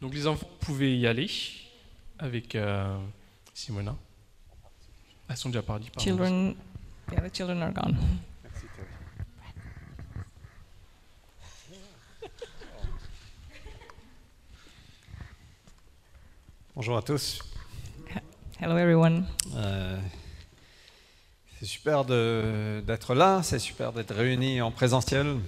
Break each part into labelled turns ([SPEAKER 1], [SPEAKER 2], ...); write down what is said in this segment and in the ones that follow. [SPEAKER 1] Donc les enfants pouvaient y aller avec euh, Simona. Elles sont déjà parties. pardon.
[SPEAKER 2] Children, yeah, the children are gone.
[SPEAKER 3] Bonjour à tous.
[SPEAKER 2] Hello, everyone.
[SPEAKER 3] Euh, c'est super de- d'être là, c'est super d'être réunis en présentiel.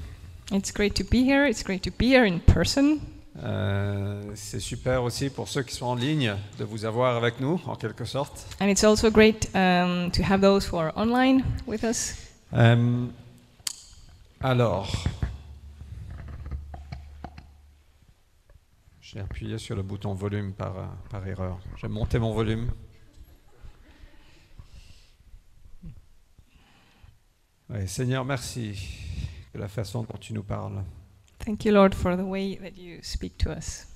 [SPEAKER 2] It's great to be here. It's great to be here in person.
[SPEAKER 3] Euh, c'est super aussi pour ceux qui sont en ligne de vous avoir avec nous, en quelque sorte.
[SPEAKER 2] And it's also great um, to have those who are online with us.
[SPEAKER 3] Euh, alors, j'ai appuyé sur le bouton volume par, euh, par erreur. J'ai monté mon volume. Oui, Seigneur, merci de la façon dont tu nous parles.
[SPEAKER 2] Thank you, Lord, for the way that you speak to us.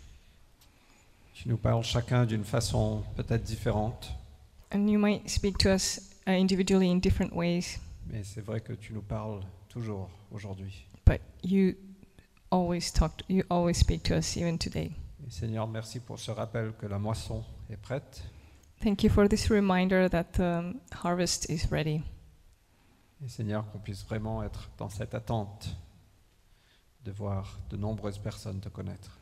[SPEAKER 3] Tu nous parles chacun d'une façon peut-être différente,
[SPEAKER 2] And you might speak to us uh, individually in different ways,
[SPEAKER 3] mais c'est vrai que tu nous parles toujours aujourd'hui.
[SPEAKER 2] but you always talk. To, you always speak to us, even today.
[SPEAKER 3] Et Seigneur, merci pour ce rappel que la moisson est prête.
[SPEAKER 2] Thank you for this reminder that the um, harvest is ready,
[SPEAKER 3] Et Seigneur, qu'on puisse vraiment être dans cette attente de voir de nombreuses personnes te connaître.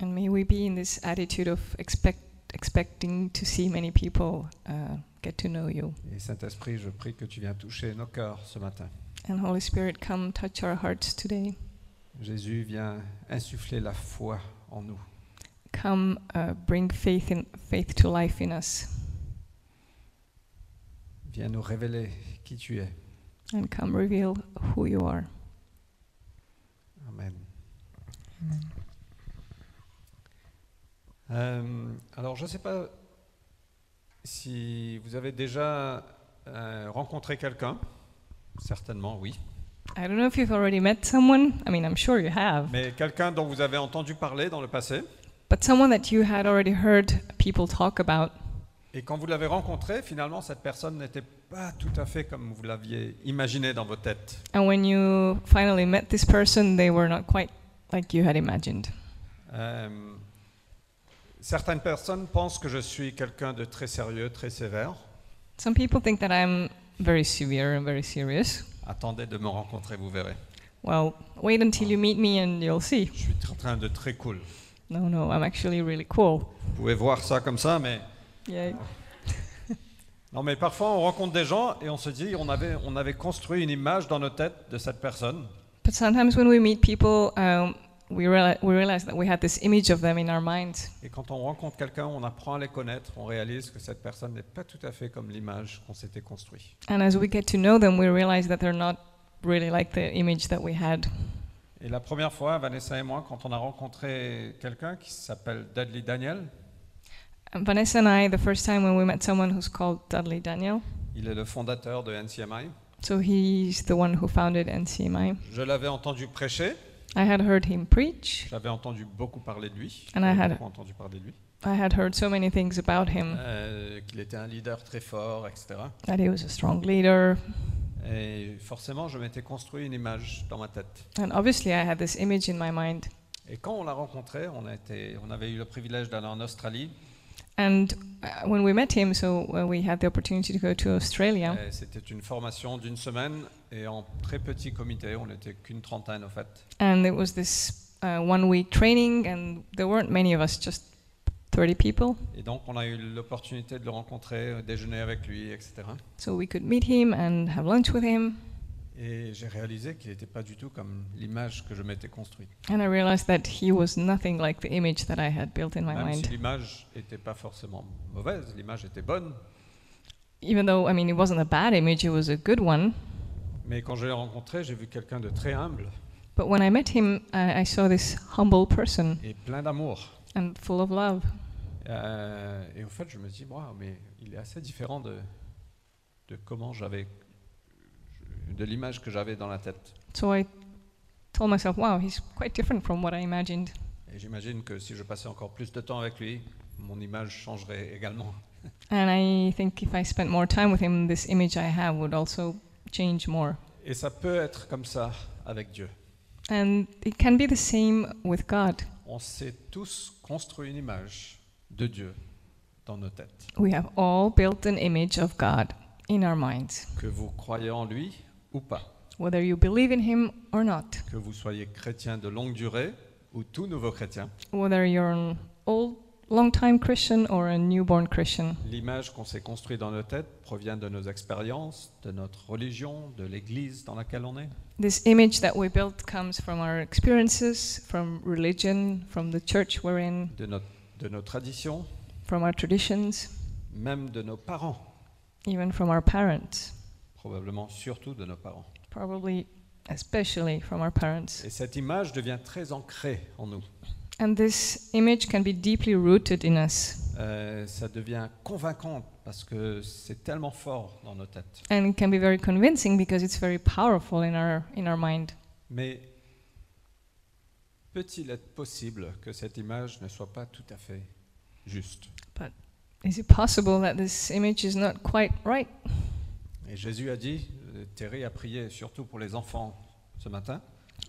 [SPEAKER 2] and may we be in this attitude of expect, expecting to see many people uh, get to know you.
[SPEAKER 3] Et Saint-Esprit, je prie que tu viens toucher nos cœurs ce matin.
[SPEAKER 2] And Holy Spirit, come touch our hearts today.
[SPEAKER 3] Jésus vient insuffler la foi en nous.
[SPEAKER 2] Come, uh, bring faith in faith to life in us,
[SPEAKER 3] Viens nous révéler qui tu es.
[SPEAKER 2] and come reveal who you are.
[SPEAKER 3] Amen. Euh, alors, je ne sais pas si vous avez déjà euh, rencontré quelqu'un. Certainement, oui.
[SPEAKER 2] I don't know if you've already met someone. I mean, I'm sure you have,
[SPEAKER 3] Mais quelqu'un dont vous avez entendu parler dans le passé.
[SPEAKER 2] but someone that you had already heard people talk about,
[SPEAKER 3] Et quand vous l'avez rencontré, finalement, cette personne n'était pas tout à fait comme vous l'aviez imaginé dans vos têtes.
[SPEAKER 2] and when you finally met this person, they were not quite like you had imagined.
[SPEAKER 3] Euh, certaines personnes pensent que je suis quelqu'un de très sérieux, très sévère.
[SPEAKER 2] Some people think that I'm very severe and very serious.
[SPEAKER 3] Attendez de me rencontrer, vous verrez.
[SPEAKER 2] Well, wait until you meet me and you'll see.
[SPEAKER 3] Je suis en train de très cool.
[SPEAKER 2] No, no, I'm actually really cool.
[SPEAKER 3] Vous pouvez voir ça comme ça, mais...
[SPEAKER 2] Yeah.
[SPEAKER 3] Non, mais parfois, on rencontre des gens et on se dit, on avait, on avait construit une image dans nos têtes de cette personne.
[SPEAKER 2] But sometimes when we meet people, um, we, reali- we realize that we had this image of them in our minds.
[SPEAKER 3] Et quand on rencontre quelqu'un, on apprend à les connaître, on réalise que cette personne n'est pas tout à fait comme l'image qu'on s'était construit.
[SPEAKER 2] And as we get to know them, we realize that they're not really like the image that we had.
[SPEAKER 3] Et la première fois, Vanessa et moi, quand on a rencontré quelqu'un qui s'appelle Dudley Daniel,
[SPEAKER 2] And Vanessa and I, the first time when we met someone who's called Dudley Daniel,
[SPEAKER 3] il est le fondateur de NCMI,
[SPEAKER 2] so he's the one who founded NCMI.
[SPEAKER 3] je l'avais entendu prêcher,
[SPEAKER 2] I had heard him preach.
[SPEAKER 3] j'avais entendu beaucoup parler de lui,
[SPEAKER 2] And I
[SPEAKER 3] j'avais
[SPEAKER 2] had-
[SPEAKER 3] beaucoup entendu parler de lui,
[SPEAKER 2] I had heard so many things about him
[SPEAKER 3] euh, qu'il était un leader très fort, etc.
[SPEAKER 2] that he was a strong leader.
[SPEAKER 3] Et forcément, je m'étais construit une image dans ma tête.
[SPEAKER 2] And obviously, I had this image in my mind.
[SPEAKER 3] Et quand on l'a rencontré, on, a été, on avait eu le privilège d'aller en Australie,
[SPEAKER 2] And uh, when we met him, so uh, we had the opportunity to go to Australia.
[SPEAKER 3] Et c'était une formation d'une semaine et en très petit comité, on n'était qu'une trentaine au fait.
[SPEAKER 2] And it was this uh, one week training, and there weren't many of us, just 30 people.
[SPEAKER 3] Et donc, on a eu l'opportunité de le rencontrer, euh, déjeuner avec lui, etc.
[SPEAKER 2] So we could meet him and have lunch with him.
[SPEAKER 3] Et j'ai réalisé qu'il n'était pas du tout comme l'image que je m'étais construite.
[SPEAKER 2] And I realized that he was nothing like the image that I had built in my
[SPEAKER 3] Même si
[SPEAKER 2] mind.
[SPEAKER 3] l'image n'était pas forcément mauvaise, l'image était bonne.
[SPEAKER 2] Even though, I mean, it wasn't a bad image, it was a good one.
[SPEAKER 3] Mais quand je l'ai rencontré, j'ai vu quelqu'un de très humble
[SPEAKER 2] But when I met him, I, I saw this humble person
[SPEAKER 3] et plein d'amour.
[SPEAKER 2] and full of love.
[SPEAKER 3] Euh, et au fait, je me dis, waouh, mais il est assez différent de, de comment j'avais, de l'image que j'avais dans la tête.
[SPEAKER 2] So I told myself, wow, he's quite different from what I imagined.
[SPEAKER 3] Et j'imagine que si je passais encore plus de temps avec lui, mon image changerait également.
[SPEAKER 2] And I think if I spent more time with him, this image I have would also change more.
[SPEAKER 3] Et ça peut être comme ça avec Dieu.
[SPEAKER 2] And it can be the same with God.
[SPEAKER 3] On on s'est tous construit une image de Dieu dans nos têtes.
[SPEAKER 2] We have all built an image of God in our minds,
[SPEAKER 3] Que vous croyez en lui ou pas,
[SPEAKER 2] whether you believe in Him or not,
[SPEAKER 3] que vous soyez chrétien de longue durée ou tout nouveau chrétien,
[SPEAKER 2] whether you're an old, long-time Christian or a newborn Christian.
[SPEAKER 3] l'image qu'on s'est construite dans nos têtes provient de nos expériences, de notre religion, de l'église dans laquelle on est.
[SPEAKER 2] This image that we built comes from our experiences, from religion, from the church we're in,
[SPEAKER 3] de, notre- de nos traditions,
[SPEAKER 2] from our traditions,
[SPEAKER 3] même de nos parents,
[SPEAKER 2] even from our parents,
[SPEAKER 3] probablement surtout de nos parents.
[SPEAKER 2] probably especially from our parents.
[SPEAKER 3] Et cette image devient très ancrée en nous.
[SPEAKER 2] And this image can be deeply rooted in us
[SPEAKER 3] Euh, ça devient convaincant parce que c'est tellement fort dans nos têtes.
[SPEAKER 2] and it can be very convincing because it's very powerful in our in our mind.
[SPEAKER 3] Mais peut-il être possible que cette image ne soit pas tout à fait juste
[SPEAKER 2] Is it possible that this image is not quite right?
[SPEAKER 3] Et Jésus a dit, euh, Thierry a prié surtout pour les enfants ce matin,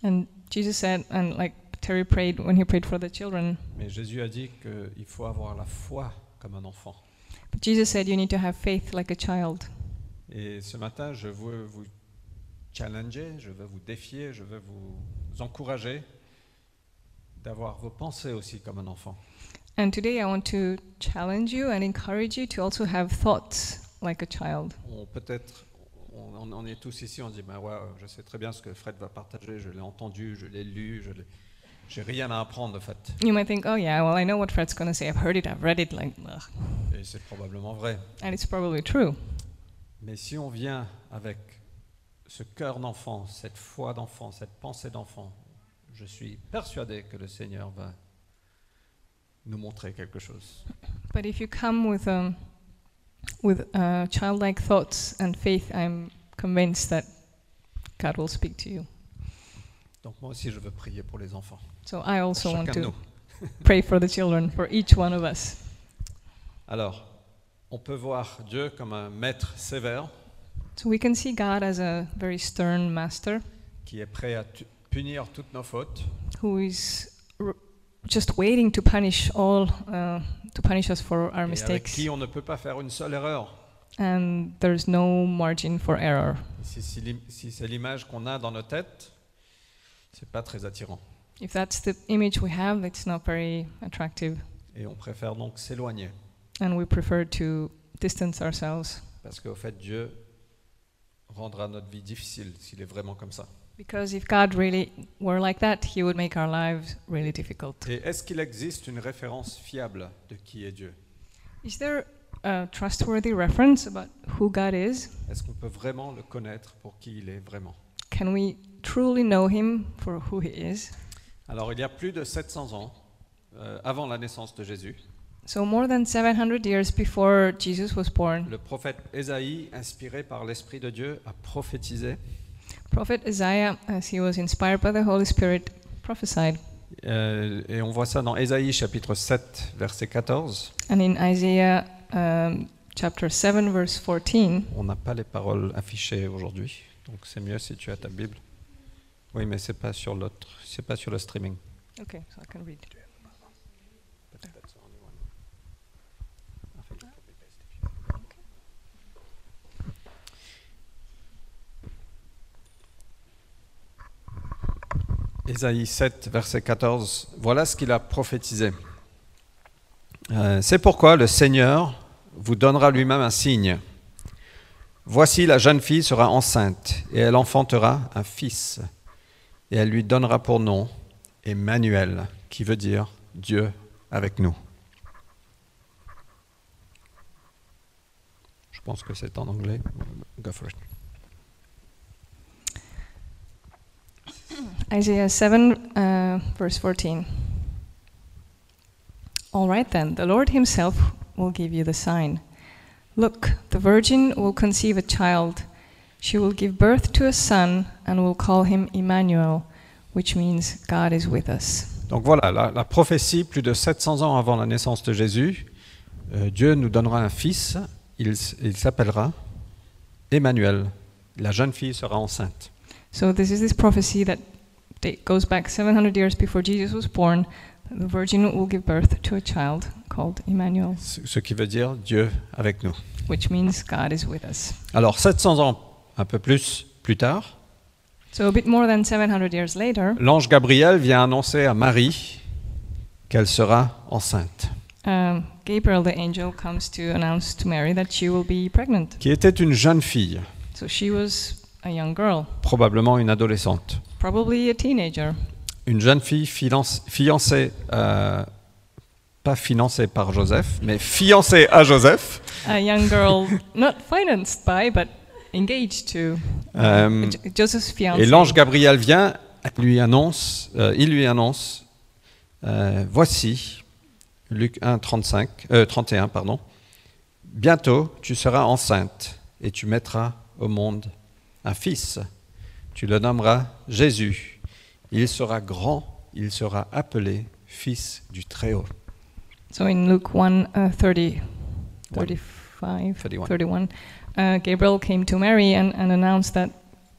[SPEAKER 2] And Jesus said and like Terry prayed when he prayed for the children.
[SPEAKER 3] mais Jésus a dit qu'il faut avoir la foi comme un enfant.
[SPEAKER 2] But Jesus said you need to have faith like a child.
[SPEAKER 3] Et ce matin, je veux vous challenger, je veux vous défier, je veux vous encourager d'avoir vos pensées aussi comme un enfant.
[SPEAKER 2] And today I want to challenge you and encourage you to also have thoughts like a child.
[SPEAKER 3] On peut-être, on, on- on est tous ici, on dit, ben ouais, je sais très bien ce que Fred va partager, je l'ai entendu, je l'ai lu, je l'ai- j'ai rien à apprendre de fait.
[SPEAKER 2] You might think, oh yeah, well I know what Fred's gonna say. I've heard it, I've read it, like, ugh.
[SPEAKER 3] Et c'est probablement vrai.
[SPEAKER 2] and it's probably true.
[SPEAKER 3] Mais si on vient avec ce cœur d'enfant, cette foi d'enfant, cette pensée d'enfant, je suis persuadé que le Seigneur va nous montrer quelque chose.
[SPEAKER 2] But if you come with um, with uh, childlike thoughts and faith, I'm convinced that God will speak to you.
[SPEAKER 3] Donc moi aussi, je veux prier pour les enfants.
[SPEAKER 2] So I
[SPEAKER 3] Pour
[SPEAKER 2] also want
[SPEAKER 3] chacun de
[SPEAKER 2] to
[SPEAKER 3] nous.
[SPEAKER 2] pray for the children, for each one of us.
[SPEAKER 3] Alors, on peut voir Dieu comme un maître sévère
[SPEAKER 2] So we can see God as a very stern master
[SPEAKER 3] qui est prêt à tu- punir toutes nos fautes,
[SPEAKER 2] who is r- just waiting to punish all, uh, to punish us for our
[SPEAKER 3] et avec
[SPEAKER 2] mistakes.
[SPEAKER 3] qui on ne peut pas faire une seule erreur.
[SPEAKER 2] And there's no margin for error.
[SPEAKER 3] Si, si l'im- si c'est l'image qu'on a dans nos têtes, c'est pas très attirant.
[SPEAKER 2] If that's the image we have, it's not very attractive,
[SPEAKER 3] Et on préfère donc s'éloigner,
[SPEAKER 2] and we prefer to distance ourselves
[SPEAKER 3] parce qu'au fait, Dieu rendra notre vie difficile s'il est vraiment comme ça.
[SPEAKER 2] because if God really were like that, He would make our lives really difficult.
[SPEAKER 3] Et est-ce qu'il existe une référence fiable de qui est Dieu
[SPEAKER 2] Is there a trustworthy reference about who God is?
[SPEAKER 3] Est-ce qu'on peut vraiment le connaître pour qui il est vraiment
[SPEAKER 2] Can we truly know Him for who He is?
[SPEAKER 3] Alors, il y a plus de 700 ans, euh, avant la naissance de Jésus,
[SPEAKER 2] So more than 700 years before Jesus was born,
[SPEAKER 3] le prophète Ésaïe, inspiré par l'Esprit de Dieu, a prophétisé.
[SPEAKER 2] Prophet Isaiah, as he was inspired by the Holy Spirit, prophesied.
[SPEAKER 3] Euh, et on voit ça dans Ésaïe chapitre 7, verset 14.
[SPEAKER 2] And in Isaiah um, chapter 7, verse 14,
[SPEAKER 3] On n'a pas les paroles affichées aujourd'hui, donc c'est mieux si tu as ta Bible. Oui, mais c'est pas sur l'autre, c'est pas sur le streaming.
[SPEAKER 2] okay, so I can read.
[SPEAKER 3] Ésaïe 7, verset 14, voilà ce qu'il a prophétisé. Euh, C'est pourquoi le Seigneur vous donnera lui-même un signe. Voici la jeune fille sera enceinte, et elle enfantera un fils, et elle lui donnera pour nom Emmanuel, qui veut dire Dieu avec nous. Je pense que c'est en anglais. Go for it.
[SPEAKER 2] Isaiah 7, uh, verse 14. All right then, the Lord Himself will give you the sign. Look, the virgin will conceive a child. She will give birth to a son and will call him Emmanuel, which means God is with us.
[SPEAKER 3] Donc voilà, la, la prophétie, plus de 700 ans avant la naissance de Jésus, euh, Dieu nous donnera un fils, il, s- il s'appellera Emmanuel. La jeune fille sera enceinte.
[SPEAKER 2] So, this is this prophecy that da- goes back 700 years before Jesus was born The virgin will give birth to a child called Emmanuel,
[SPEAKER 3] ce ce qui veut dire Dieu avec nous.
[SPEAKER 2] which means God is with us.
[SPEAKER 3] Alors 700 ans, un peu plus plus tard,
[SPEAKER 2] So a bit more than 700 years later,
[SPEAKER 3] l'ange Gabriel vient annoncer à Marie qu'elle sera enceinte,
[SPEAKER 2] um, Gabriel the angel comes to announce to Mary that she will be pregnant.
[SPEAKER 3] qui était une jeune fille,
[SPEAKER 2] So she was a young girl,
[SPEAKER 3] probablement une adolescente.
[SPEAKER 2] probably a teenager,
[SPEAKER 3] Une jeune fille filanc- fiancée, euh, pas financée par Joseph, mais fiancée à Joseph,
[SPEAKER 2] a young girl not financed by but engaged to
[SPEAKER 3] Euh,
[SPEAKER 2] Jo- Joseph's fiance.
[SPEAKER 3] Et l'ange Gabriel vient, lui annonce, euh, il lui annonce, euh, voici, Luc 1, 35, euh, 31, pardon, bientôt tu seras enceinte et tu mettras au monde un fils. Tu le nommeras Jésus. Il sera grand, il sera appelé fils du Très-Haut.
[SPEAKER 2] So in Luke 1 uh, 30,
[SPEAKER 3] One.
[SPEAKER 2] 35,
[SPEAKER 3] 31.
[SPEAKER 2] 31, uh, Gabriel came to Mary and, and announced that,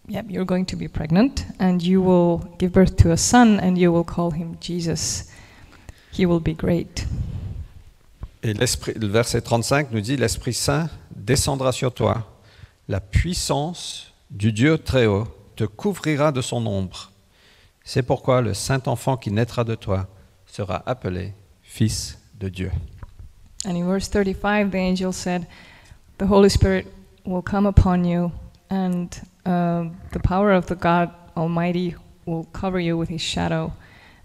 [SPEAKER 2] yep, you're going to be pregnant and you will give birth to a son and you will call him Jesus. He will be great.
[SPEAKER 3] Et l'esprit, le verset 35 nous dit, l'Esprit Saint descendra sur toi. La puissance du Dieu très haut te couvrira de son ombre. C'est pourquoi le saint enfant qui naîtra de toi sera appelé Fils de Dieu.
[SPEAKER 2] And in verse 35, the angel said, The Holy Spirit will come upon you, and uh, the power of the God Almighty will cover you with his shadow.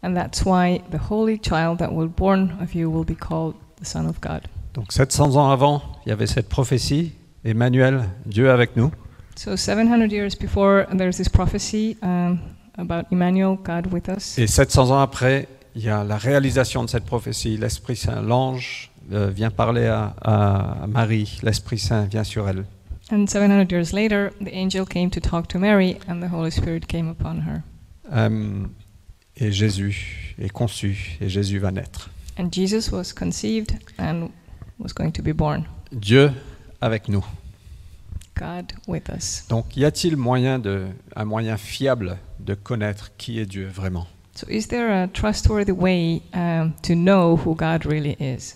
[SPEAKER 2] And that's why the holy child that will born of you will be called the Son of God.
[SPEAKER 3] Donc 700 ans avant, il y avait cette prophétie, Emmanuel, Dieu avec nous.
[SPEAKER 2] So 700 years before, there's this prophecy um, about Emmanuel, God with us.
[SPEAKER 3] Et 700 ans après, il y a la réalisation de cette prophétie. L'Esprit Saint, l'ange, euh, vient parler à- à Marie. L'Esprit Saint vient sur elle.
[SPEAKER 2] And 700 years later, the angel came to talk to Mary, and the Holy Spirit came upon her.
[SPEAKER 3] Euh, et Jésus est conçu et Jésus va naître.
[SPEAKER 2] And Jesus was conceived and was going to be born.
[SPEAKER 3] Dieu avec nous.
[SPEAKER 2] God with us.
[SPEAKER 3] Donc y a-t-il moyen de, un moyen fiable de connaître qui est Dieu vraiment
[SPEAKER 2] So, is there a trustworthy way um, to know who God really is?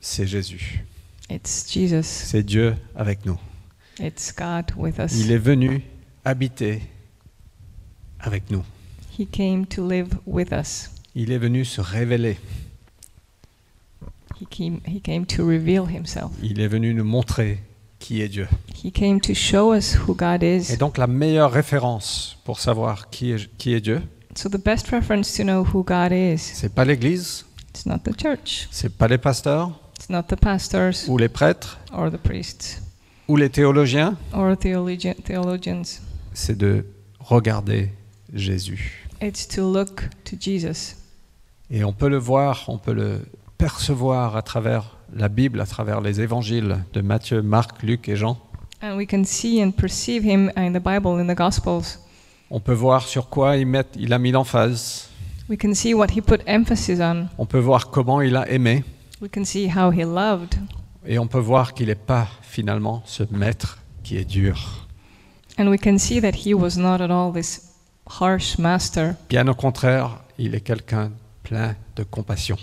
[SPEAKER 3] C'est Jésus.
[SPEAKER 2] It's Jesus.
[SPEAKER 3] C'est Dieu avec nous.
[SPEAKER 2] It's God with us.
[SPEAKER 3] Il est venu habiter avec nous.
[SPEAKER 2] He came to live with us.
[SPEAKER 3] Il est venu se révéler.
[SPEAKER 2] He came, he came to reveal himself.
[SPEAKER 3] Il est venu nous montrer qui est Dieu.
[SPEAKER 2] He came to show us who God
[SPEAKER 3] Et
[SPEAKER 2] is.
[SPEAKER 3] donc la meilleure référence pour savoir qui est, qui est Dieu,
[SPEAKER 2] So, the best reference to know who God is,
[SPEAKER 3] c'est pas l'Église,
[SPEAKER 2] it's not the church,
[SPEAKER 3] c'est pas les pasteurs
[SPEAKER 2] it's not the pastors
[SPEAKER 3] ou les prêtres
[SPEAKER 2] or the priests
[SPEAKER 3] ou les théologiens.
[SPEAKER 2] or theologi- theologians.
[SPEAKER 3] c'est de regarder Jésus.
[SPEAKER 2] It's to look to Jesus.
[SPEAKER 3] Et on peut le voir, on peut le percevoir à travers la Bible, à travers les évangiles de Matthieu, Marc, Luc et Jean.
[SPEAKER 2] And we can see and perceive him in the Bible, in the Gospels.
[SPEAKER 3] On peut voir sur quoi il, met- il a mis l'emphase.
[SPEAKER 2] We can see what he put emphasis on.
[SPEAKER 3] On peut voir comment il a aimé.
[SPEAKER 2] We can see how he loved.
[SPEAKER 3] Et on peut voir qu'il n'est pas finalement ce maître qui est dur.
[SPEAKER 2] And we can see that he was not at all this harsh master.
[SPEAKER 3] Bien au contraire, il est quelqu'un plein de compassion.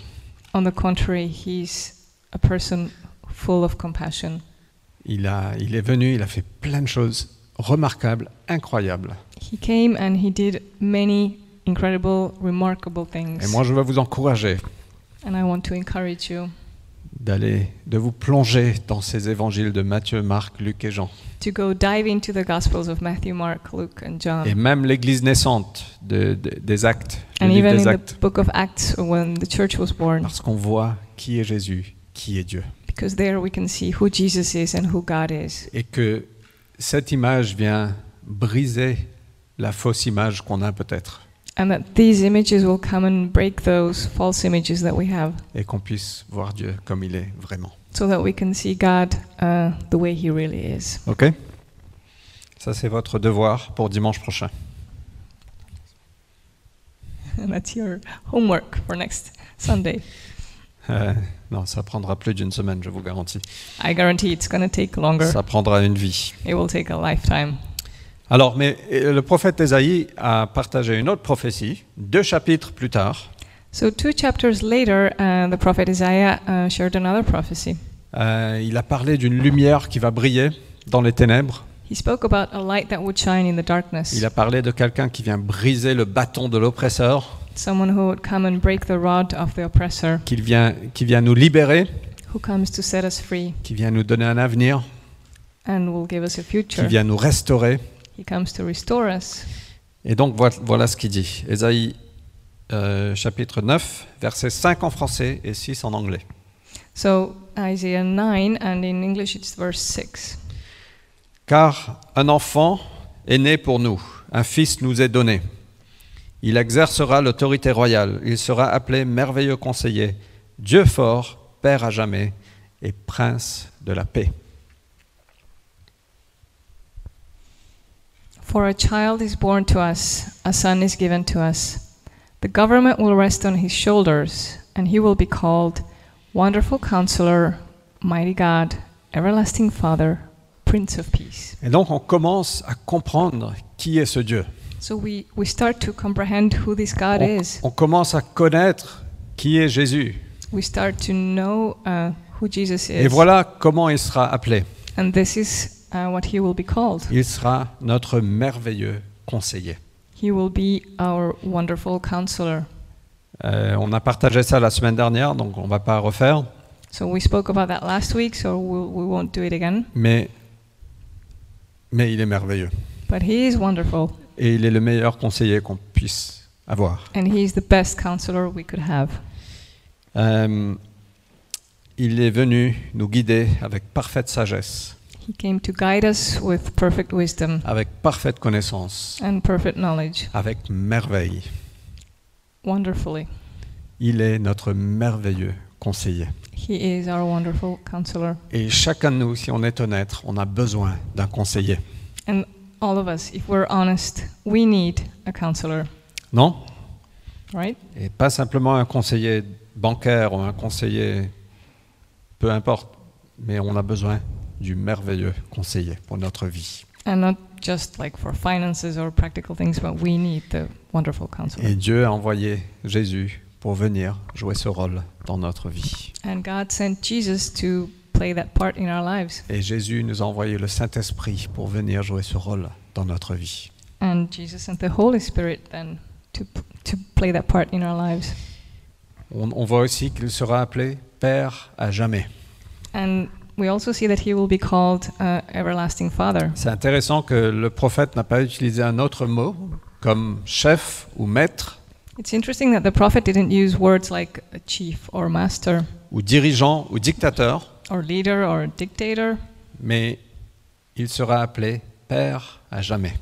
[SPEAKER 2] On the contrary, he's a person full of compassion.
[SPEAKER 3] Il, a, il est venu, il a fait plein de choses remarquables, incroyables.
[SPEAKER 2] He came and he did many incredible, remarkable
[SPEAKER 3] Et
[SPEAKER 2] things.
[SPEAKER 3] moi, je veux vous encourager
[SPEAKER 2] And I want to encourage you
[SPEAKER 3] d'aller, de vous plonger dans ces évangiles de Matthieu, Marc, Luc et Jean,
[SPEAKER 2] to go dive into the Gospels of Matthew, Mark, Luke, and John.
[SPEAKER 3] et même l'Église naissante de- de- des Actes, le
[SPEAKER 2] and
[SPEAKER 3] livre
[SPEAKER 2] even in
[SPEAKER 3] des
[SPEAKER 2] the
[SPEAKER 3] Actes,
[SPEAKER 2] book of Acts, when the church was born,
[SPEAKER 3] parce qu'on voit qui est Jésus, qui est Dieu,
[SPEAKER 2] because there we can see who Jesus is and who God is.
[SPEAKER 3] et que cette image vient briser la fausse image qu'on a peut-être,
[SPEAKER 2] And that these images will come and break those false images that we have
[SPEAKER 3] et qu'on puisse voir Dieu comme il est vraiment.
[SPEAKER 2] so that we can see God uh, the way He really is.
[SPEAKER 3] Ok Ça c'est votre devoir pour dimanche prochain.
[SPEAKER 2] And that's your homework for next Sunday.
[SPEAKER 3] Euh, non, ça prendra plus d'une semaine, je vous garantis.
[SPEAKER 2] I guarantee it's going to take longer,
[SPEAKER 3] Ça prendra une vie.
[SPEAKER 2] it will take a lifetime.
[SPEAKER 3] Alors, mais euh, le prophète Ésaïe a partagé une autre prophétie, deux chapitres plus tard,
[SPEAKER 2] So, two chapters later, uh, the prophet Isaiah uh, shared another prophecy.
[SPEAKER 3] Euh, il a parlé d'une lumière qui va briller dans les ténèbres.
[SPEAKER 2] He spoke about a light that would shine in the darkness,
[SPEAKER 3] Il a parlé de quelqu'un qui vient briser le bâton de l'oppresseur,
[SPEAKER 2] someone who would come and break the rod of the oppressor,
[SPEAKER 3] qui vient, qui vient nous libérer,
[SPEAKER 2] who comes to set us free
[SPEAKER 3] qui vient nous donner un avenir,
[SPEAKER 2] and will give us a
[SPEAKER 3] qui
[SPEAKER 2] future.
[SPEAKER 3] vient nous restaurer.
[SPEAKER 2] He comes to restore us.
[SPEAKER 3] Et donc voilà, voilà ce qu'il dit. Ésaïe euh, chapitre 9, versets 5 en français et 6 en anglais.
[SPEAKER 2] So, Isaiah 9, and in English it's verse 6.
[SPEAKER 3] Car un enfant est né pour nous, un fils nous est donné. Il exercera l'autorité royale, il sera appelé merveilleux conseiller, Dieu fort, Père à jamais et Prince de la paix.
[SPEAKER 2] For a child is born to us, a son is given to us. The government will rest on his shoulders, and he will be called Wonderful Counselor, Mighty God, Everlasting Father, Prince of Peace.
[SPEAKER 3] Et donc on commence à comprendre qui est ce Dieu.
[SPEAKER 2] So we, we start to comprehend who this God
[SPEAKER 3] On,
[SPEAKER 2] is.
[SPEAKER 3] on commence à connaître qui est Jésus.
[SPEAKER 2] We start to know uh, who Jesus
[SPEAKER 3] Et
[SPEAKER 2] is.
[SPEAKER 3] voilà comment il sera appelé.
[SPEAKER 2] And this is uh, what he will be called.
[SPEAKER 3] Il sera notre merveilleux conseiller.
[SPEAKER 2] He will be our Wonderful Counselor.
[SPEAKER 3] Euh, on a partagé ça la semaine dernière, donc on ne va pas refaire.
[SPEAKER 2] So we spoke about that last week, so we'll, we won't do it again.
[SPEAKER 3] Mais, mais il est merveilleux.
[SPEAKER 2] But he is wonderful.
[SPEAKER 3] Et il est le meilleur conseiller qu'on puisse avoir.
[SPEAKER 2] and he's the best counselor we could have.
[SPEAKER 3] Euh, il est venu nous guider avec parfaite sagesse,
[SPEAKER 2] He came to guide us with perfect wisdom
[SPEAKER 3] avec parfaite connaissance,
[SPEAKER 2] and perfect knowledge,
[SPEAKER 3] avec merveille.
[SPEAKER 2] wonderfully.
[SPEAKER 3] Il est notre merveilleux conseiller.
[SPEAKER 2] He is our wonderful counselor.
[SPEAKER 3] Et chacun de nous, si on est honnête, on a besoin d'un conseiller.
[SPEAKER 2] And all of us, if we're honest, we need a counselor,
[SPEAKER 3] Non
[SPEAKER 2] right?
[SPEAKER 3] Et pas simplement un conseiller bancaire ou un conseiller, peu importe, mais on a besoin du merveilleux conseiller pour notre vie.
[SPEAKER 2] And not just like for finances or practical things, but we need the wonderful counselor.
[SPEAKER 3] Et Dieu a envoyé Jésus pour venir jouer ce rôle dans notre vie.
[SPEAKER 2] and God sent Jesus to play that part in our lives.
[SPEAKER 3] Et Jésus nous a envoyé le Saint-Esprit pour venir jouer ce rôle dans notre vie.
[SPEAKER 2] And Jesus sent the Holy Spirit then to, p- to play that part in our lives.
[SPEAKER 3] On, on voit aussi qu'il sera appelé Père à jamais.
[SPEAKER 2] And we also see that he will be called uh, Everlasting Father.
[SPEAKER 3] C'est intéressant que le prophète n'a pas utilisé un autre mot comme chef ou maître
[SPEAKER 2] It's interesting that the prophet didn't use words like a chief or master
[SPEAKER 3] ou dirigeant ou dictateur,
[SPEAKER 2] or leader or dictator,
[SPEAKER 3] mais il sera appelé Père à jamais.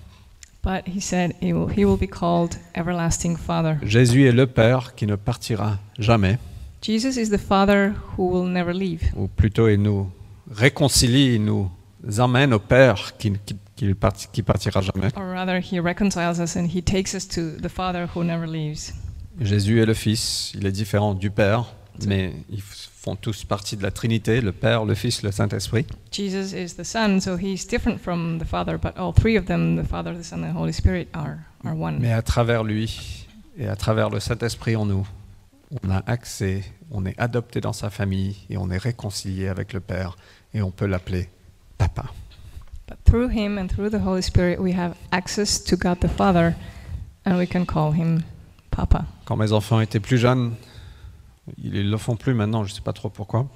[SPEAKER 2] but he said he will, he will be called Everlasting Father.
[SPEAKER 3] Jésus est le Père qui ne partira jamais,
[SPEAKER 2] Jesus is the Father who will never leave,
[SPEAKER 3] ou plutôt il nous réconcilie, il nous emmène au Père qui qui- qui parti- qui partira jamais.
[SPEAKER 2] or rather, he reconciles us and he takes us to the Father who never leaves.
[SPEAKER 3] Jésus est le Fils, il est différent du Père, mais ils font tous partie de la Trinité, le Père, le Fils, le Saint-Esprit.
[SPEAKER 2] Jesus is the Son, so he's different from the Father, but all three of them, the Father, the Son, and the Holy Spirit, are, are one.
[SPEAKER 3] Mais à travers lui et à travers le Saint-Esprit en nous, on a accès, on est adopté dans sa famille et on est réconcilié avec le Père et on peut l'appeler Papa.
[SPEAKER 2] But through him and through the Holy Spirit, we have access to God the Father, and we can call him Papa.
[SPEAKER 3] Quand mes enfants étaient plus jeunes, ils le font plus maintenant, je ne sais pas trop pourquoi,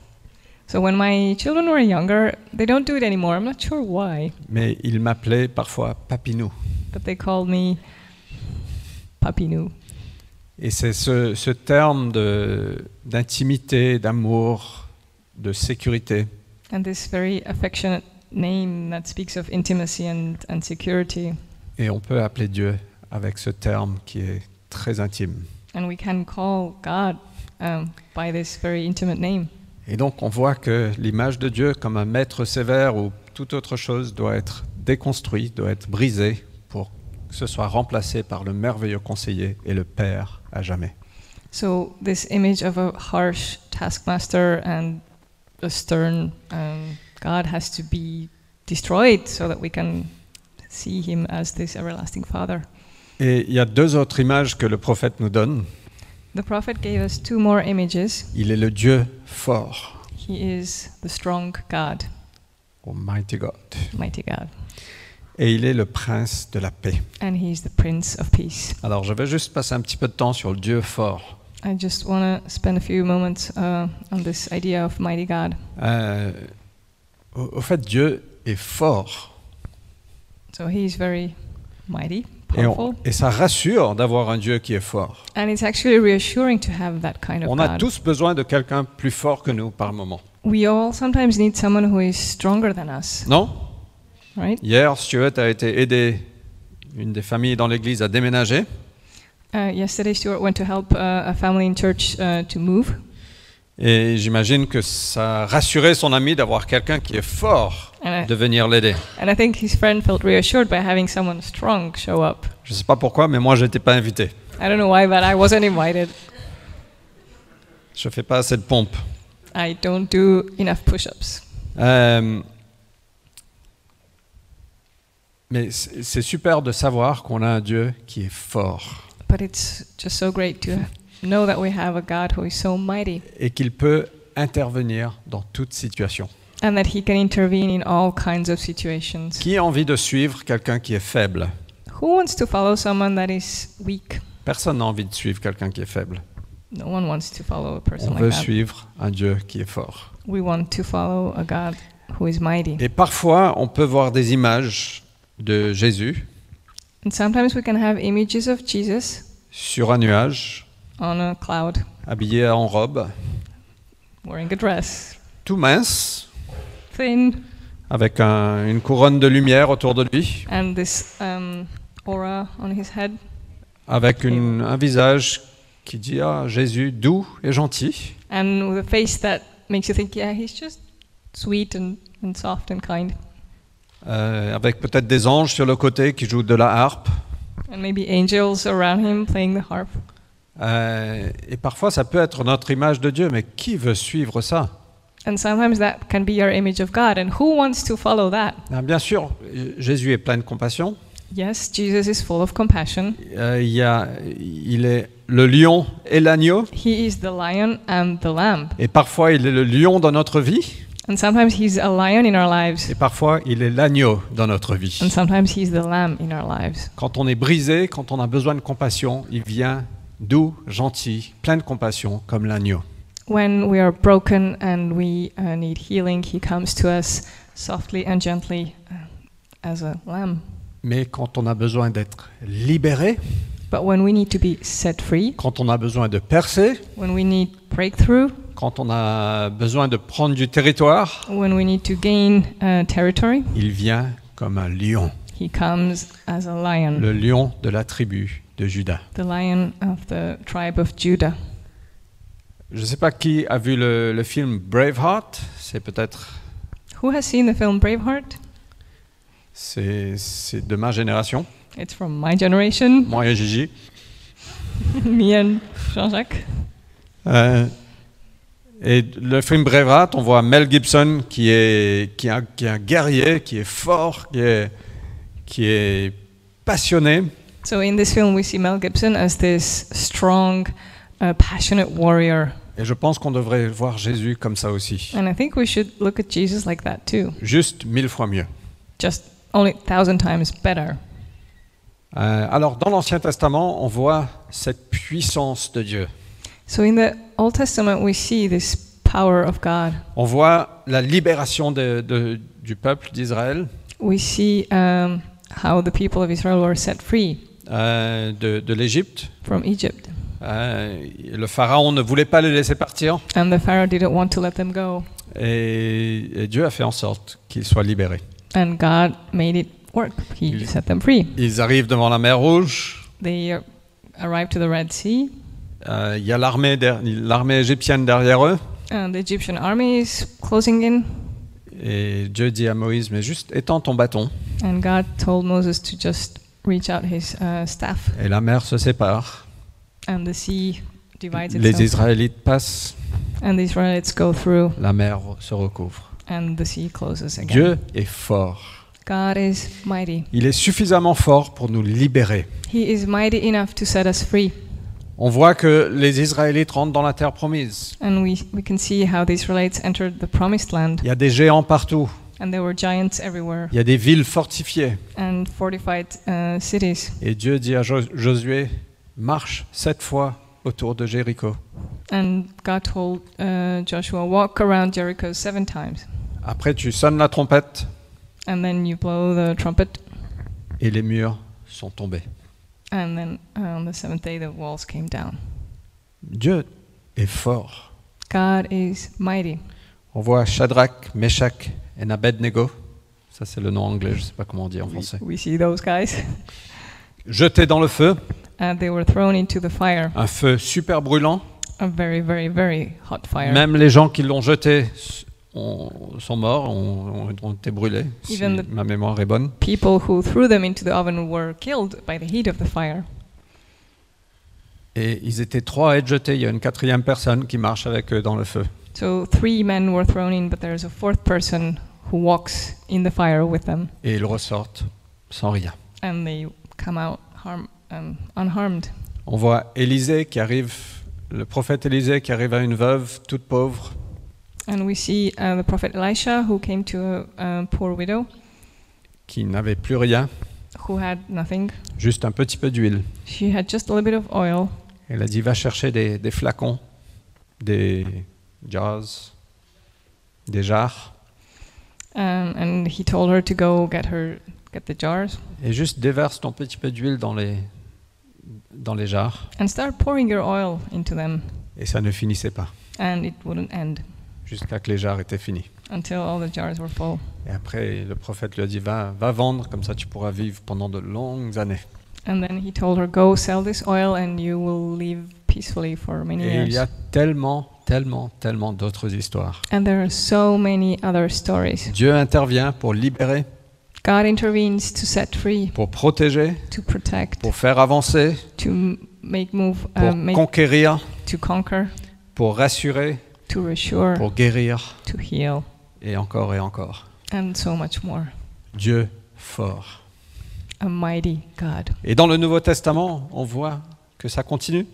[SPEAKER 2] So when my children were younger, they don't do it anymore. I'm not sure why,
[SPEAKER 3] mais ils m'appelaient parfois Papinou.
[SPEAKER 2] but they called me Papinu.
[SPEAKER 3] Et c'est ce, ce terme de- d'intimité, d'amour, de sécurité
[SPEAKER 2] And this very affectionate name that speaks of intimacy and, and security.
[SPEAKER 3] Et on peut appeler Dieu avec ce terme qui est très intime.
[SPEAKER 2] And we can call God um, by this very intimate name.
[SPEAKER 3] Et donc on voit que l'image de Dieu comme un maître sévère ou toute autre chose doit être déconstruite, doit être brisée pour que ce soit remplacé par le merveilleux conseiller et le Père à jamais.
[SPEAKER 2] So this image of a harsh taskmaster and a stern um, God has to be destroyed so that we can see him as this everlasting Father.
[SPEAKER 3] Et il y a deux autres images que le prophète nous donne.
[SPEAKER 2] The prophet gave us two more images.
[SPEAKER 3] Il est le Dieu fort,
[SPEAKER 2] He is the strong God,
[SPEAKER 3] Almighty God.
[SPEAKER 2] mighty God,
[SPEAKER 3] Et il est le prince de la paix.
[SPEAKER 2] and He is the Prince of Peace.
[SPEAKER 3] Alors je vais juste passer un petit peu de temps sur le Dieu fort.
[SPEAKER 2] I just want to spend a few moments uh, on this idea of mighty God.
[SPEAKER 3] Euh, au, au fait, Dieu est fort.
[SPEAKER 2] So He is very mighty,
[SPEAKER 3] Et, on-
[SPEAKER 2] powerful,
[SPEAKER 3] et ça rassure d'avoir un Dieu qui est fort.
[SPEAKER 2] and it's actually reassuring to have that kind of
[SPEAKER 3] On a
[SPEAKER 2] God.
[SPEAKER 3] tous besoin de quelqu'un plus fort que nous par moment.
[SPEAKER 2] We all sometimes need someone who is stronger than us,
[SPEAKER 3] Non
[SPEAKER 2] right?
[SPEAKER 3] Hier, Stuart a été aidé, une des familles dans l'église, à déménager.
[SPEAKER 2] Uh, yesterday, Stuart went to help uh, a family in church uh, to move,
[SPEAKER 3] Et j'imagine que ça rassurait son ami d'avoir quelqu'un qui est fort
[SPEAKER 2] and
[SPEAKER 3] de
[SPEAKER 2] I,
[SPEAKER 3] venir l'aider.
[SPEAKER 2] and I think his friend felt reassured by having someone strong show up.
[SPEAKER 3] Je ne sais pas pourquoi, mais moi, je n'étais pas invité.
[SPEAKER 2] I don't know why, but I wasn't invited.
[SPEAKER 3] Je ne fais pas assez de pompe.
[SPEAKER 2] I don't do enough push-ups.
[SPEAKER 3] Euh, mais c'est c'est super de savoir qu'on a un Dieu qui est fort
[SPEAKER 2] But it's just so great to know that we have a God who is so mighty
[SPEAKER 3] et qu'il peut intervenir dans toute situation.
[SPEAKER 2] and that He can intervene in all kinds of situations.
[SPEAKER 3] Qui a envie de suivre quelqu'un qui est faible
[SPEAKER 2] Who wants to follow someone that is weak?
[SPEAKER 3] Personne n'a envie de suivre quelqu'un qui est faible.
[SPEAKER 2] No one wants to follow a
[SPEAKER 3] On
[SPEAKER 2] person
[SPEAKER 3] veut
[SPEAKER 2] like that.
[SPEAKER 3] suivre un Dieu qui est fort.
[SPEAKER 2] We want to follow a God who is mighty.
[SPEAKER 3] Et parfois, on peut voir des images de Jésus
[SPEAKER 2] And sometimes we can have images of Jesus
[SPEAKER 3] sur un nuage,
[SPEAKER 2] on a cloud
[SPEAKER 3] habillé en robe,
[SPEAKER 2] wearing a dress,
[SPEAKER 3] tout mince,
[SPEAKER 2] thin,
[SPEAKER 3] avec un- une couronne de lumière autour de lui,
[SPEAKER 2] and this um, aura on his head,
[SPEAKER 3] avec une- un visage qui dit Ah, Jésus doux et gentil.
[SPEAKER 2] and with a face that makes you think, yeah, he's just sweet and, and soft and kind.
[SPEAKER 3] Euh, avec peut-être des anges sur le côté qui jouent de la harpe.
[SPEAKER 2] And maybe angels around him playing the harp.
[SPEAKER 3] Euh, et parfois, ça peut être notre image de Dieu, mais qui veut suivre ça
[SPEAKER 2] And sometimes that can be your image of God. And who wants to follow that?
[SPEAKER 3] Ah, Bien sûr, euh, Jésus est plein de compassion.
[SPEAKER 2] Yes, Jesus is full of compassion.
[SPEAKER 3] Euh, il, y a- il est le lion et l'agneau,
[SPEAKER 2] He is the lion and the lamb.
[SPEAKER 3] et parfois il est le lion dans notre vie,
[SPEAKER 2] And sometimes he's a lion in our lives,
[SPEAKER 3] et parfois il est l'agneau dans notre vie.
[SPEAKER 2] and sometimes he's the lamb in our lives.
[SPEAKER 3] Quand on est brisé, quand on a besoin de compassion, il vient doux, gentil, plein de compassion, comme l'agneau.
[SPEAKER 2] When we are broken and we uh, need healing, he comes to us softly and gently uh, as a lamb.
[SPEAKER 3] Mais quand on a besoin d'être libéré,
[SPEAKER 2] But when we need to be set free,
[SPEAKER 3] quand on a besoin de percer,
[SPEAKER 2] when we need breakthrough,
[SPEAKER 3] quand on a besoin de prendre du territoire,
[SPEAKER 2] when we need to gain uh, territory,
[SPEAKER 3] il vient comme un lion,
[SPEAKER 2] he comes as a lion.
[SPEAKER 3] le lion de la tribu de Judas.
[SPEAKER 2] the lion of the tribe of Judah.
[SPEAKER 3] Je ne sais pas qui a vu le, le film Braveheart, c'est peut-être
[SPEAKER 2] Who has seen the film Braveheart?
[SPEAKER 3] c'est c'est de ma génération,
[SPEAKER 2] It's from my generation,
[SPEAKER 3] moi et Gigi.
[SPEAKER 2] me and Jean-Jacques.
[SPEAKER 3] Euh, et le film Braveheart, on voit Mel Gibson qui est, qui est, un, qui est un guerrier, qui est fort, qui est, qui est passionné.
[SPEAKER 2] So in this film, we see Mel Gibson as this strong, uh, passionate warrior,
[SPEAKER 3] Et je pense qu'on devrait voir Jésus comme ça aussi.
[SPEAKER 2] and I think we should look at Jesus like that too,
[SPEAKER 3] Juste mille fois mieux.
[SPEAKER 2] just only a thousand times better.
[SPEAKER 3] Euh, alors, dans l'Ancien Testament, on voit cette puissance de Dieu.
[SPEAKER 2] So in the Old Testament, we see this power of God.
[SPEAKER 3] On voit la libération de- de- du peuple d'Israël
[SPEAKER 2] We see um, how the people of Israel were set free
[SPEAKER 3] euh, de, de l'Égypte.
[SPEAKER 2] from Egypt,
[SPEAKER 3] Euh, le pharaon ne voulait pas les laisser partir.
[SPEAKER 2] and the Pharaoh didn't want to let them go,
[SPEAKER 3] Et, et Dieu a fait en sorte qu'ils soient libérés.
[SPEAKER 2] and God made it work. He
[SPEAKER 3] Il-
[SPEAKER 2] set them free.
[SPEAKER 3] Ils arrivent devant la mer Rouge.
[SPEAKER 2] They ar- arrived to the Red Sea,
[SPEAKER 3] Euh, Il y a l'armée der- l'armée égyptienne derrière eux.
[SPEAKER 2] and the Egyptian army is closing in.
[SPEAKER 3] Et Dieu dit à Moïse, mais juste étends ton bâton.
[SPEAKER 2] And God told Moses to just reach out his uh, staff,
[SPEAKER 3] Et la mer se sépare.
[SPEAKER 2] and the sea divides itself.
[SPEAKER 3] Les Israélites passent.
[SPEAKER 2] and the Israelites go through,
[SPEAKER 3] La mer se recouvre.
[SPEAKER 2] and the sea closes again.
[SPEAKER 3] Dieu est fort.
[SPEAKER 2] God is mighty.
[SPEAKER 3] Il est suffisamment fort pour nous libérer.
[SPEAKER 2] He is mighty enough to set us free.
[SPEAKER 3] On- On voit que les Israélites rentrent dans la terre promise.
[SPEAKER 2] And we, we can see how the Israelites entered the promised land,
[SPEAKER 3] Il y a des géants partout.
[SPEAKER 2] and there were giants everywhere
[SPEAKER 3] Il y a des villes fortifiées.
[SPEAKER 2] and fortified uh, cities.
[SPEAKER 3] Et Dieu dit à Jo- Josué, marche sept fois autour de Jéricho.
[SPEAKER 2] And God told uh, Joshua, Walk around Jericho seven times,
[SPEAKER 3] Après, tu sonnes la trompette
[SPEAKER 2] and then you blow the trumpet.
[SPEAKER 3] et les murs sont tombés.
[SPEAKER 2] And then uh, on the seventh day, the walls came down.
[SPEAKER 3] Dieu est fort.
[SPEAKER 2] God is mighty.
[SPEAKER 3] On voit Shadrach, Meshach et Abednego. Ça, c'est le nom anglais, je ne sais pas comment on dit en français.
[SPEAKER 2] We see those guys.
[SPEAKER 3] Jetés dans le feu,
[SPEAKER 2] And they were thrown into the fire,
[SPEAKER 3] un feu super brûlant.
[SPEAKER 2] a very, very, very hot fire.
[SPEAKER 3] Même les gens qui l'ont jeté s- ont- sont morts, ont, ont- ont été brûlés, si
[SPEAKER 2] Even the-
[SPEAKER 3] ma mémoire est bonne.
[SPEAKER 2] People who threw them into the oven were killed by the heat of the fire.
[SPEAKER 3] Et ils étaient trois à être jetés. Il y a une quatrième personne qui marche avec eux dans le feu.
[SPEAKER 2] So three men were thrown in, but there's a fourth person who walks in the fire with them,
[SPEAKER 3] Et ils ressortent sans rien.
[SPEAKER 2] and they come out harm, um, unharmed.
[SPEAKER 3] On voit Élisée qui arrive, le prophète Élisée qui arrive à une veuve toute pauvre.
[SPEAKER 2] And we see uh, the prophet Elisha, who came to a, a poor widow
[SPEAKER 3] qui n'avait plus rien,
[SPEAKER 2] who had nothing.
[SPEAKER 3] juste un petit peu d'huile.
[SPEAKER 2] She had just a little bit of oil,
[SPEAKER 3] Elle a dit va chercher des, des flacons, des jars, des jarres,
[SPEAKER 2] um, and he told her to go get her get the jars
[SPEAKER 3] et juste déverse ton petit peu d'huile dans les, dans les jarres.
[SPEAKER 2] and start pouring your oil into them.
[SPEAKER 3] Et ça ne finissait pas,
[SPEAKER 2] And it wouldn't end
[SPEAKER 3] jusqu'à que les jarres étaient finis.
[SPEAKER 2] until all the jars were full.
[SPEAKER 3] Et après, le prophète lui a dit va, va vendre, comme ça tu pourras vivre pendant de longues années.
[SPEAKER 2] And then he told her, "Go sell this oil, and you will live peacefully for many
[SPEAKER 3] Et
[SPEAKER 2] years."
[SPEAKER 3] il y a tellement, tellement, tellement d'autres histoires.
[SPEAKER 2] And there are so many other stories.
[SPEAKER 3] Dieu intervient pour libérer,
[SPEAKER 2] God intervenes to set free,
[SPEAKER 3] pour protéger,
[SPEAKER 2] to protect,
[SPEAKER 3] pour faire avancer,
[SPEAKER 2] to m- make move,
[SPEAKER 3] pour
[SPEAKER 2] uh, make,
[SPEAKER 3] conquérir,
[SPEAKER 2] to conquer,
[SPEAKER 3] pour rassurer,
[SPEAKER 2] to reassure,
[SPEAKER 3] pour guérir
[SPEAKER 2] to heal,
[SPEAKER 3] et encore et encore.
[SPEAKER 2] and so much more.
[SPEAKER 3] Dieu fort.
[SPEAKER 2] A mighty God.
[SPEAKER 3] Et dans le Nouveau Testament, on voit que ça continue.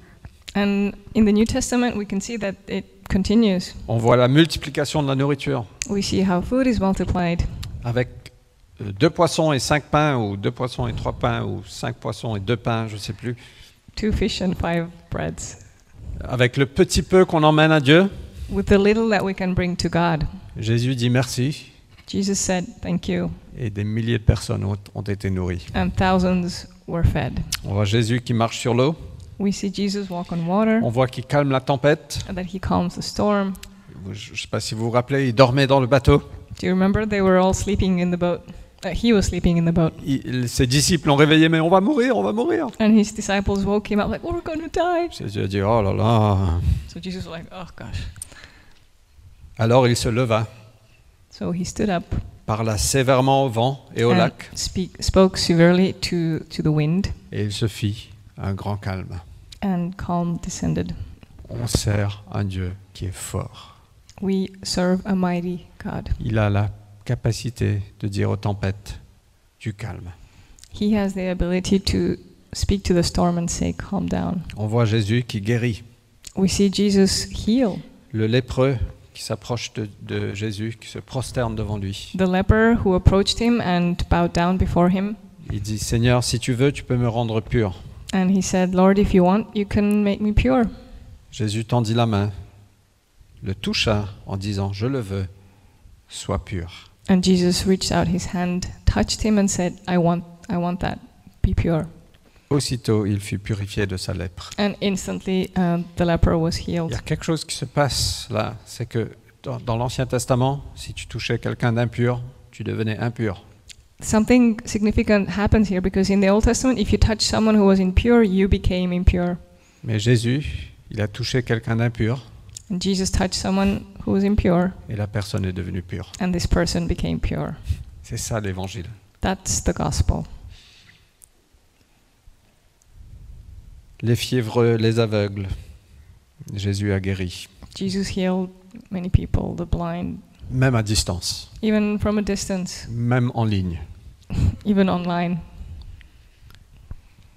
[SPEAKER 2] And in the New Testament, we can see that it continues.
[SPEAKER 3] On voit la multiplication de la nourriture
[SPEAKER 2] We see how food is multiplied
[SPEAKER 3] avec euh, deux poissons et cinq pains, ou deux poissons et trois pains, ou cinq poissons et deux pains, je ne sais plus.
[SPEAKER 2] two fish and five breads.
[SPEAKER 3] Avec le petit peu qu'on emmène à Dieu,
[SPEAKER 2] With the little that we can bring to God,
[SPEAKER 3] Jésus dit merci
[SPEAKER 2] Jesus said, Thank you.
[SPEAKER 3] et des milliers de personnes ont, ont été nourries.
[SPEAKER 2] And thousands were fed.
[SPEAKER 3] On voit Jésus qui marche sur l'eau,
[SPEAKER 2] We see Jesus walk on water,
[SPEAKER 3] on voit qu'il calme la tempête.
[SPEAKER 2] and that he calms the storm.
[SPEAKER 3] Je ne sais pas si vous vous rappelez, il dormait dans le bateau.
[SPEAKER 2] Do you remember they were all sleeping in the boat? Uh, he was sleeping in the boat,
[SPEAKER 3] Il- ses disciples l'ont réveillé, mais on va mourir, on va mourir.
[SPEAKER 2] and his disciples woke him up like, "We're going to die."
[SPEAKER 3] Jésus a dit, oh là là.
[SPEAKER 2] So Jesus was like, "Oh gosh."
[SPEAKER 3] Alors il se leva,
[SPEAKER 2] So he stood up
[SPEAKER 3] parla sévèrement au vent et au
[SPEAKER 2] and
[SPEAKER 3] lac,
[SPEAKER 2] speak, spoke severely to to the wind,
[SPEAKER 3] et il se fit un grand calme.
[SPEAKER 2] and calm descended.
[SPEAKER 3] On sert un Dieu qui est fort.
[SPEAKER 2] We serve a mighty God.
[SPEAKER 3] Il a la capacité de dire aux tempêtes, du calme.
[SPEAKER 2] He has the ability to speak to the storm and say, "Calm down."
[SPEAKER 3] On voit Jésus qui guérit.
[SPEAKER 2] We see Jesus heal
[SPEAKER 3] Le lépreux qui s'approche de, de Jésus, qui se prosterne devant lui.
[SPEAKER 2] the leper who approached him and bowed down before him,
[SPEAKER 3] Il dit, Seigneur, si tu veux, tu peux me rendre pur.
[SPEAKER 2] and he said, "Lord, if you want, you can make me pure."
[SPEAKER 3] Jésus tendit la main, le toucha en disant, je le veux, sois pur.
[SPEAKER 2] And Jesus reached out his hand, touched him, and said, I want, I want that. Be pure.
[SPEAKER 3] Aussitôt, il fut purifié de sa lèpre.
[SPEAKER 2] And instantly um, the leper was
[SPEAKER 3] Il y
[SPEAKER 2] healed.
[SPEAKER 3] a quelque chose qui se passe là, c'est que dans, dans l'Ancien Testament, si tu touchais quelqu'un d'impur, tu devenais impur.
[SPEAKER 2] Something significant happens here because in the Old Testament, if you touched someone who was impure, you became impure.
[SPEAKER 3] Mais Jésus, il a touché quelqu'un d'impur
[SPEAKER 2] And Jesus touched someone who was impure,
[SPEAKER 3] et la personne est devenue pure.
[SPEAKER 2] and this person became pure.
[SPEAKER 3] C'est ça l'évangile.
[SPEAKER 2] That's the gospel.
[SPEAKER 3] Les fiévreux, les aveugles, Jésus a guéri,
[SPEAKER 2] Jesus healed many people, the blind,
[SPEAKER 3] même à distance,
[SPEAKER 2] even from a distance,
[SPEAKER 3] même en ligne.
[SPEAKER 2] even online.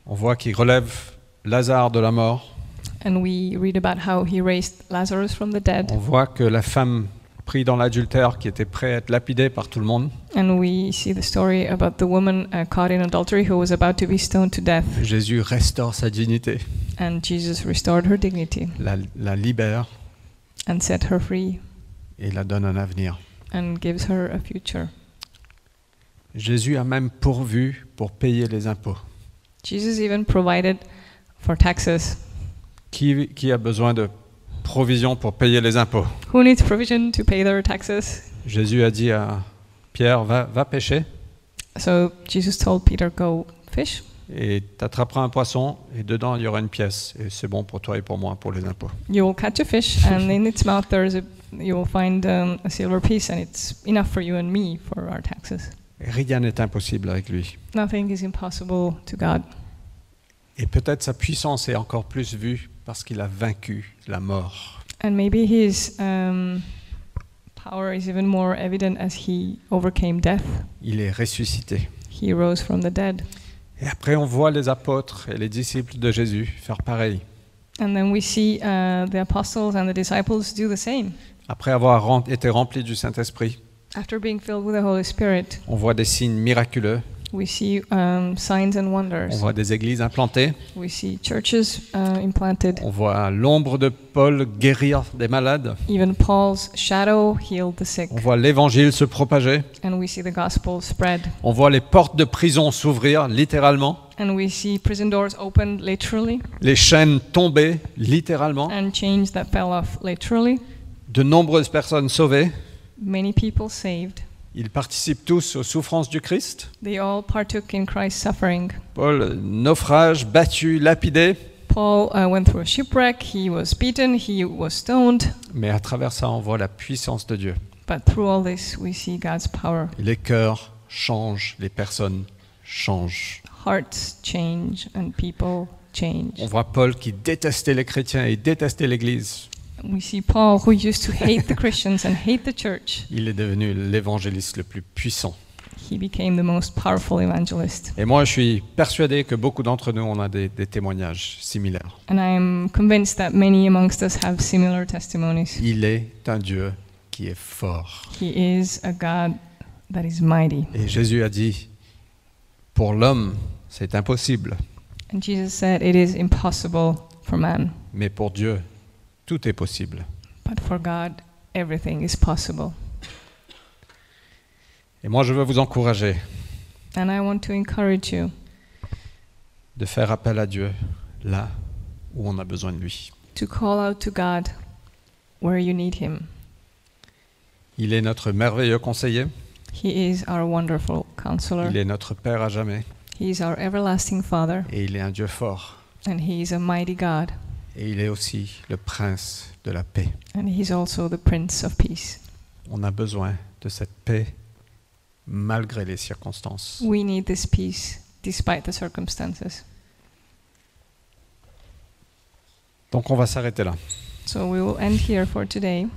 [SPEAKER 3] On voit qu'il relève Lazare de la mort,
[SPEAKER 2] and we read about how he raised Lazarus from the
[SPEAKER 3] On
[SPEAKER 2] dead,
[SPEAKER 3] voit que la femme prise dans l'adultère, qui était prête à être lapidée par tout le monde,
[SPEAKER 2] and we see the story about the woman uh, caught in adultery who was about to be stoned to death,
[SPEAKER 3] Jésus restaure sa dignité,
[SPEAKER 2] and Jesus restored her dignity
[SPEAKER 3] la, la libère
[SPEAKER 2] and set her free
[SPEAKER 3] et la donne un avenir.
[SPEAKER 2] and gives her a future.
[SPEAKER 3] Jésus a même pourvu pour payer les impôts.
[SPEAKER 2] Jesus even provided for taxes.
[SPEAKER 3] Qui, qui a besoin de provision pour payer les impôts
[SPEAKER 2] Who needs provision to pay their taxes?
[SPEAKER 3] Jésus a dit à Pierre, va, va pêcher
[SPEAKER 2] So Jesus told Peter, Go fish,
[SPEAKER 3] et t'attraperas un poisson et dedans il y aura une pièce et c'est bon pour toi et pour moi pour les impôts.
[SPEAKER 2] you will catch a fish, and in its mouth there is a you will find um, a silver piece, and it's enough for you and me for our taxes.
[SPEAKER 3] Rien n'est impossible avec lui.
[SPEAKER 2] Nothing is impossible to God.
[SPEAKER 3] Et peut-être sa puissance est encore plus vue parce qu'il a vaincu la mort.
[SPEAKER 2] And maybe his um, power is even more evident as he overcame death.
[SPEAKER 3] Il est ressuscité.
[SPEAKER 2] He rose from the dead.
[SPEAKER 3] Et après on voit les apôtres et les disciples de Jésus faire pareil.
[SPEAKER 2] And then we see uh, the apostles and the disciples do the same.
[SPEAKER 3] Après avoir rem- été remplis du Saint-Esprit,
[SPEAKER 2] After being filled with the Holy Spirit,
[SPEAKER 3] on voit des signes miraculeux,
[SPEAKER 2] we see um, signs and
[SPEAKER 3] on
[SPEAKER 2] wonders.
[SPEAKER 3] voit des églises implantées,
[SPEAKER 2] We see churches uh, implanted.
[SPEAKER 3] on voit l'ombre de Paul guérir des malades,
[SPEAKER 2] Even Paul's shadow healed the sick.
[SPEAKER 3] on voit l'évangile se propager,
[SPEAKER 2] And we see the gospel spread.
[SPEAKER 3] on voit les portes de prison s'ouvrir littéralement,
[SPEAKER 2] And we see prison doors opened literally
[SPEAKER 3] les chaînes tomber littéralement,
[SPEAKER 2] and chains that fell off literally.
[SPEAKER 3] de nombreuses personnes sauvées.
[SPEAKER 2] Many people saved.
[SPEAKER 3] Ils participent tous aux souffrances du Christ.
[SPEAKER 2] They all partook in Christ's suffering.
[SPEAKER 3] Paul, euh, naufrage, battu, lapidé,
[SPEAKER 2] Paul uh, went through a shipwreck, he was beaten, he was stoned,
[SPEAKER 3] mais à travers ça, on voit la puissance de Dieu.
[SPEAKER 2] but through all this we see God's power.
[SPEAKER 3] Et les cœurs changent, les personnes changent.
[SPEAKER 2] Hearts change and people change.
[SPEAKER 3] On voit Paul qui détestait les chrétiens et détestait l'Église.
[SPEAKER 2] We see Paul, who used to hate the Christians and hate the church,
[SPEAKER 3] Il est devenu l'évangéliste le plus puissant.
[SPEAKER 2] he became the most powerful evangelist.
[SPEAKER 3] Et moi, je suis persuadé que beaucoup d'entre nous, on a des, des témoignages similaires.
[SPEAKER 2] And I am convinced that many amongst us have similar testimonies.
[SPEAKER 3] Il est un Dieu qui est fort.
[SPEAKER 2] He is a God that is mighty.
[SPEAKER 3] Et Jésus a dit, pour l'homme, c'est impossible,
[SPEAKER 2] And Jesus said, It is impossible for man,
[SPEAKER 3] mais pour Dieu, tout est possible.
[SPEAKER 2] but for God, everything is possible.
[SPEAKER 3] Et moi, je veux vous encourager
[SPEAKER 2] And I want to encourage you
[SPEAKER 3] de faire appel à Dieu là où on a besoin de lui.
[SPEAKER 2] to call out to God where you need Him.
[SPEAKER 3] Il est notre merveilleux conseiller,
[SPEAKER 2] He is our wonderful counselor,
[SPEAKER 3] il est notre Père à jamais,
[SPEAKER 2] He is our everlasting Father,
[SPEAKER 3] et il est un Dieu fort,
[SPEAKER 2] and He is a mighty God,
[SPEAKER 3] et il est aussi le prince de la paix.
[SPEAKER 2] and He is also the Prince of Peace.
[SPEAKER 3] On a besoin de cette paix malgré les circonstances.
[SPEAKER 2] We need this peace despite the circumstances.
[SPEAKER 3] Donc on va s'arrêter là.
[SPEAKER 2] So we will end here for today.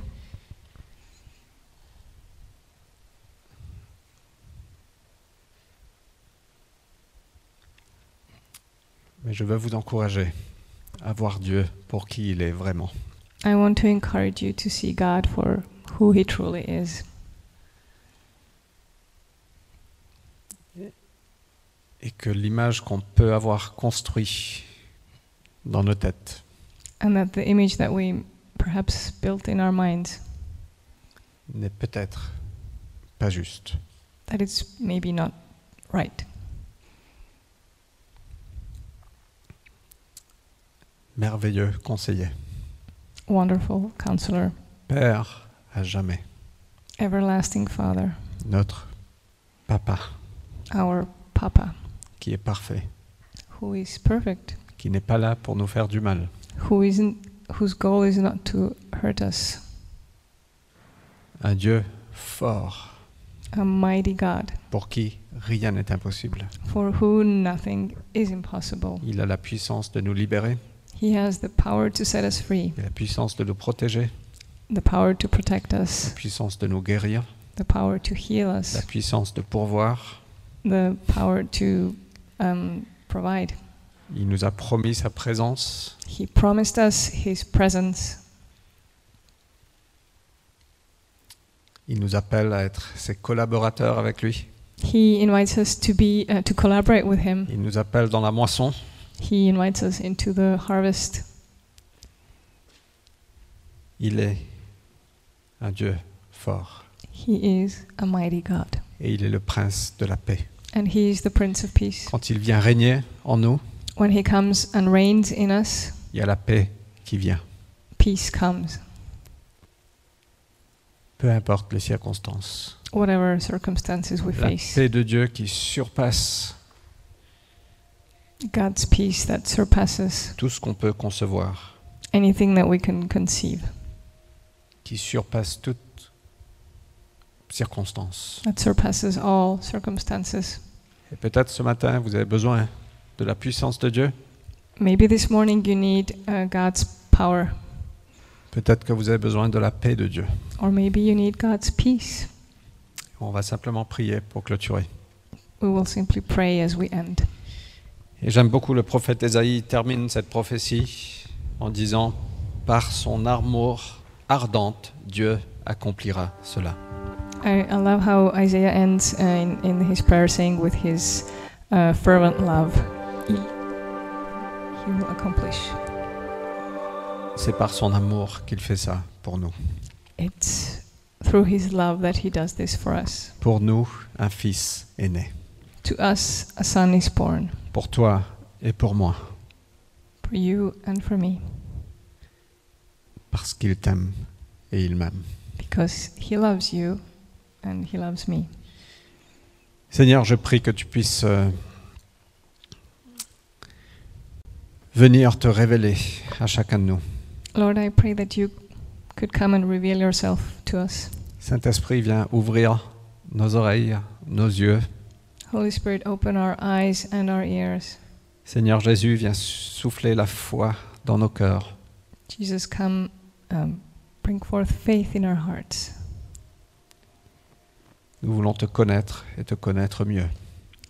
[SPEAKER 3] Mais je veux vous encourager à voir Dieu pour qui il est vraiment.
[SPEAKER 2] I want to encourage you to see God for who He truly is.
[SPEAKER 3] Et que l'image qu'on peut avoir construite dans nos têtes,
[SPEAKER 2] and that the image that we perhaps built in our minds
[SPEAKER 3] n'est peut-être pas juste.
[SPEAKER 2] that it's maybe not right
[SPEAKER 3] Merveilleux conseiller,
[SPEAKER 2] wonderful counselor
[SPEAKER 3] Père à jamais,
[SPEAKER 2] everlasting father
[SPEAKER 3] notre Papa
[SPEAKER 2] our papa
[SPEAKER 3] qui est parfait,
[SPEAKER 2] who is perfect
[SPEAKER 3] qui n'est pas là pour nous faire du mal.
[SPEAKER 2] who isn't whose goal is not to hurt us
[SPEAKER 3] Un Dieu fort
[SPEAKER 2] a mighty god
[SPEAKER 3] pour qui rien n'est impossible.
[SPEAKER 2] for who nothing is impossible
[SPEAKER 3] Il a la puissance de nous libérer,
[SPEAKER 2] he has the power to set us free
[SPEAKER 3] il a la puissance de nous protéger,
[SPEAKER 2] the power to protect us
[SPEAKER 3] la puissance de nous guérir,
[SPEAKER 2] the power to heal
[SPEAKER 3] la
[SPEAKER 2] us
[SPEAKER 3] puissance de pourvoir,
[SPEAKER 2] the power to um, provide
[SPEAKER 3] Il nous a promis sa présence.
[SPEAKER 2] He promised us his presence.
[SPEAKER 3] Il nous appelle à être ses collaborateurs avec lui.
[SPEAKER 2] He invites us to be uh, to collaborate with him.
[SPEAKER 3] Il nous appelle dans la moisson.
[SPEAKER 2] He invites us into the harvest.
[SPEAKER 3] Il est un Dieu fort
[SPEAKER 2] He is a mighty God,
[SPEAKER 3] et il est le prince de la paix.
[SPEAKER 2] and he is the Prince of Peace.
[SPEAKER 3] Quand il vient régner en nous,
[SPEAKER 2] When he comes and reigns in us,
[SPEAKER 3] il y a la paix qui vient,
[SPEAKER 2] peace comes,
[SPEAKER 3] peu importe les circonstances.
[SPEAKER 2] whatever circumstances we
[SPEAKER 3] La
[SPEAKER 2] face.
[SPEAKER 3] paix de Dieu qui surpasse
[SPEAKER 2] God's peace that surpasses
[SPEAKER 3] tout ce qu'on peut concevoir,
[SPEAKER 2] anything that we can conceive,
[SPEAKER 3] qui surpasse toute circonstance.
[SPEAKER 2] that surpasses all circumstances.
[SPEAKER 3] Et peut-être ce matin, vous avez besoin de la puissance de Dieu.
[SPEAKER 2] Maybe this morning you need uh, God's power,
[SPEAKER 3] Peut-être que vous avez besoin de la paix de Dieu.
[SPEAKER 2] or maybe you need God's peace.
[SPEAKER 3] On va simplement prier pour clôturer.
[SPEAKER 2] We will simply pray as we end.
[SPEAKER 3] Et j'aime beaucoup le prophète Ésaïe termine cette prophétie en disant Par son armure ardente, Dieu accomplira cela.
[SPEAKER 2] I, I love how Isaiah ends uh, in, in his prayer saying, with his uh, fervent love, he, he will accomplish.
[SPEAKER 3] C'est par son amour qu'il fait ça pour nous.
[SPEAKER 2] It's through his love that he does this for us.
[SPEAKER 3] Pour nous, un fils est né.
[SPEAKER 2] To us, a son is born,
[SPEAKER 3] Pour toi et pour moi,
[SPEAKER 2] for you and for me,
[SPEAKER 3] parce qu'il t'aime et il m'aime.
[SPEAKER 2] because he loves you and he loves me.
[SPEAKER 3] Seigneur, je prie que tu puisses euh, venir te révéler à chacun de nous.
[SPEAKER 2] Lord, I pray that you could come and reveal yourself to us.
[SPEAKER 3] Saint-Esprit, viens ouvrir nos oreilles, nos yeux.
[SPEAKER 2] Holy Spirit, open our eyes and our ears.
[SPEAKER 3] Seigneur Jésus, viens souffler la foi dans nos cœurs.
[SPEAKER 2] Jesus, come, um, bring forth faith in our hearts.
[SPEAKER 3] Nous voulons te connaître et te connaître mieux.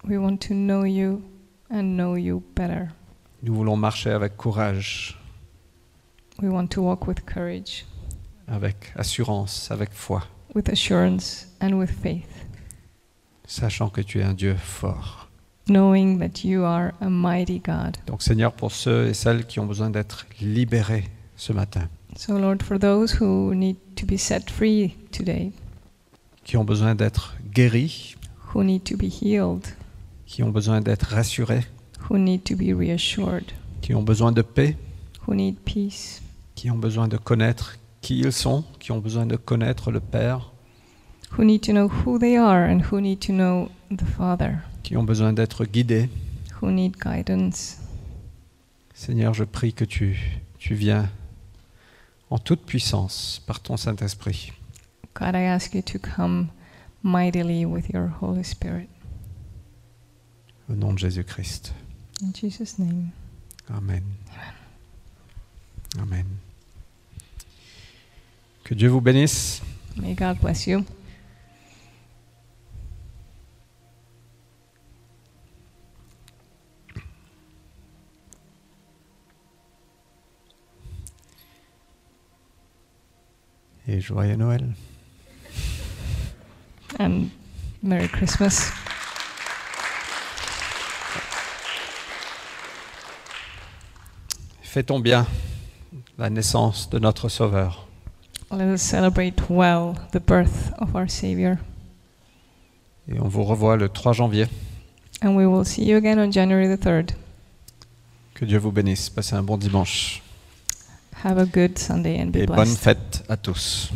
[SPEAKER 2] We want to know you and know you better.
[SPEAKER 3] Nous voulons marcher avec courage,
[SPEAKER 2] We want to walk with courage,
[SPEAKER 3] avec assurance, avec foi,
[SPEAKER 2] with assurance, and with faith,
[SPEAKER 3] sachant que tu es un Dieu fort.
[SPEAKER 2] knowing that you are a mighty God.
[SPEAKER 3] Donc Seigneur, pour ceux et celles qui ont besoin d'être libérés ce matin,
[SPEAKER 2] So, Lord, for those who need to be set free today,
[SPEAKER 3] qui ont besoin d'être guéris,
[SPEAKER 2] who need to be healed,
[SPEAKER 3] qui ont besoin d'être rassurés,
[SPEAKER 2] who need to be reassured,
[SPEAKER 3] qui ont besoin de paix,
[SPEAKER 2] who need peace,
[SPEAKER 3] qui ont besoin de connaître qui ils sont, qui ont besoin de connaître le Père,
[SPEAKER 2] who need to know who they are and who need to know the Father,
[SPEAKER 3] qui ont besoin d'être guidés,
[SPEAKER 2] who need guidance.
[SPEAKER 3] Seigneur, je prie que tu, tu viens en toute puissance par ton Saint-Esprit
[SPEAKER 2] God, I ask you to come mightily with your Holy Spirit.
[SPEAKER 3] au nom de Jésus-Christ.
[SPEAKER 2] In Jesus' name.
[SPEAKER 3] Amen. Amen. Que Dieu vous bénisse.
[SPEAKER 2] May God bless you.
[SPEAKER 3] Et joyeux Noël.
[SPEAKER 2] and Merry Christmas.
[SPEAKER 3] Fêtons bien la naissance de notre Sauveur.
[SPEAKER 2] Let us celebrate well the birth of our Savior.
[SPEAKER 3] Et on vous revoit le 3 janvier.
[SPEAKER 2] And we will see you again on January the 3rd.
[SPEAKER 3] Que Dieu vous bénisse. Passez un bon dimanche.
[SPEAKER 2] Have a good Sunday and be
[SPEAKER 3] Et bonne
[SPEAKER 2] blessed.
[SPEAKER 3] fête à tous.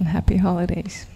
[SPEAKER 2] And happy holidays.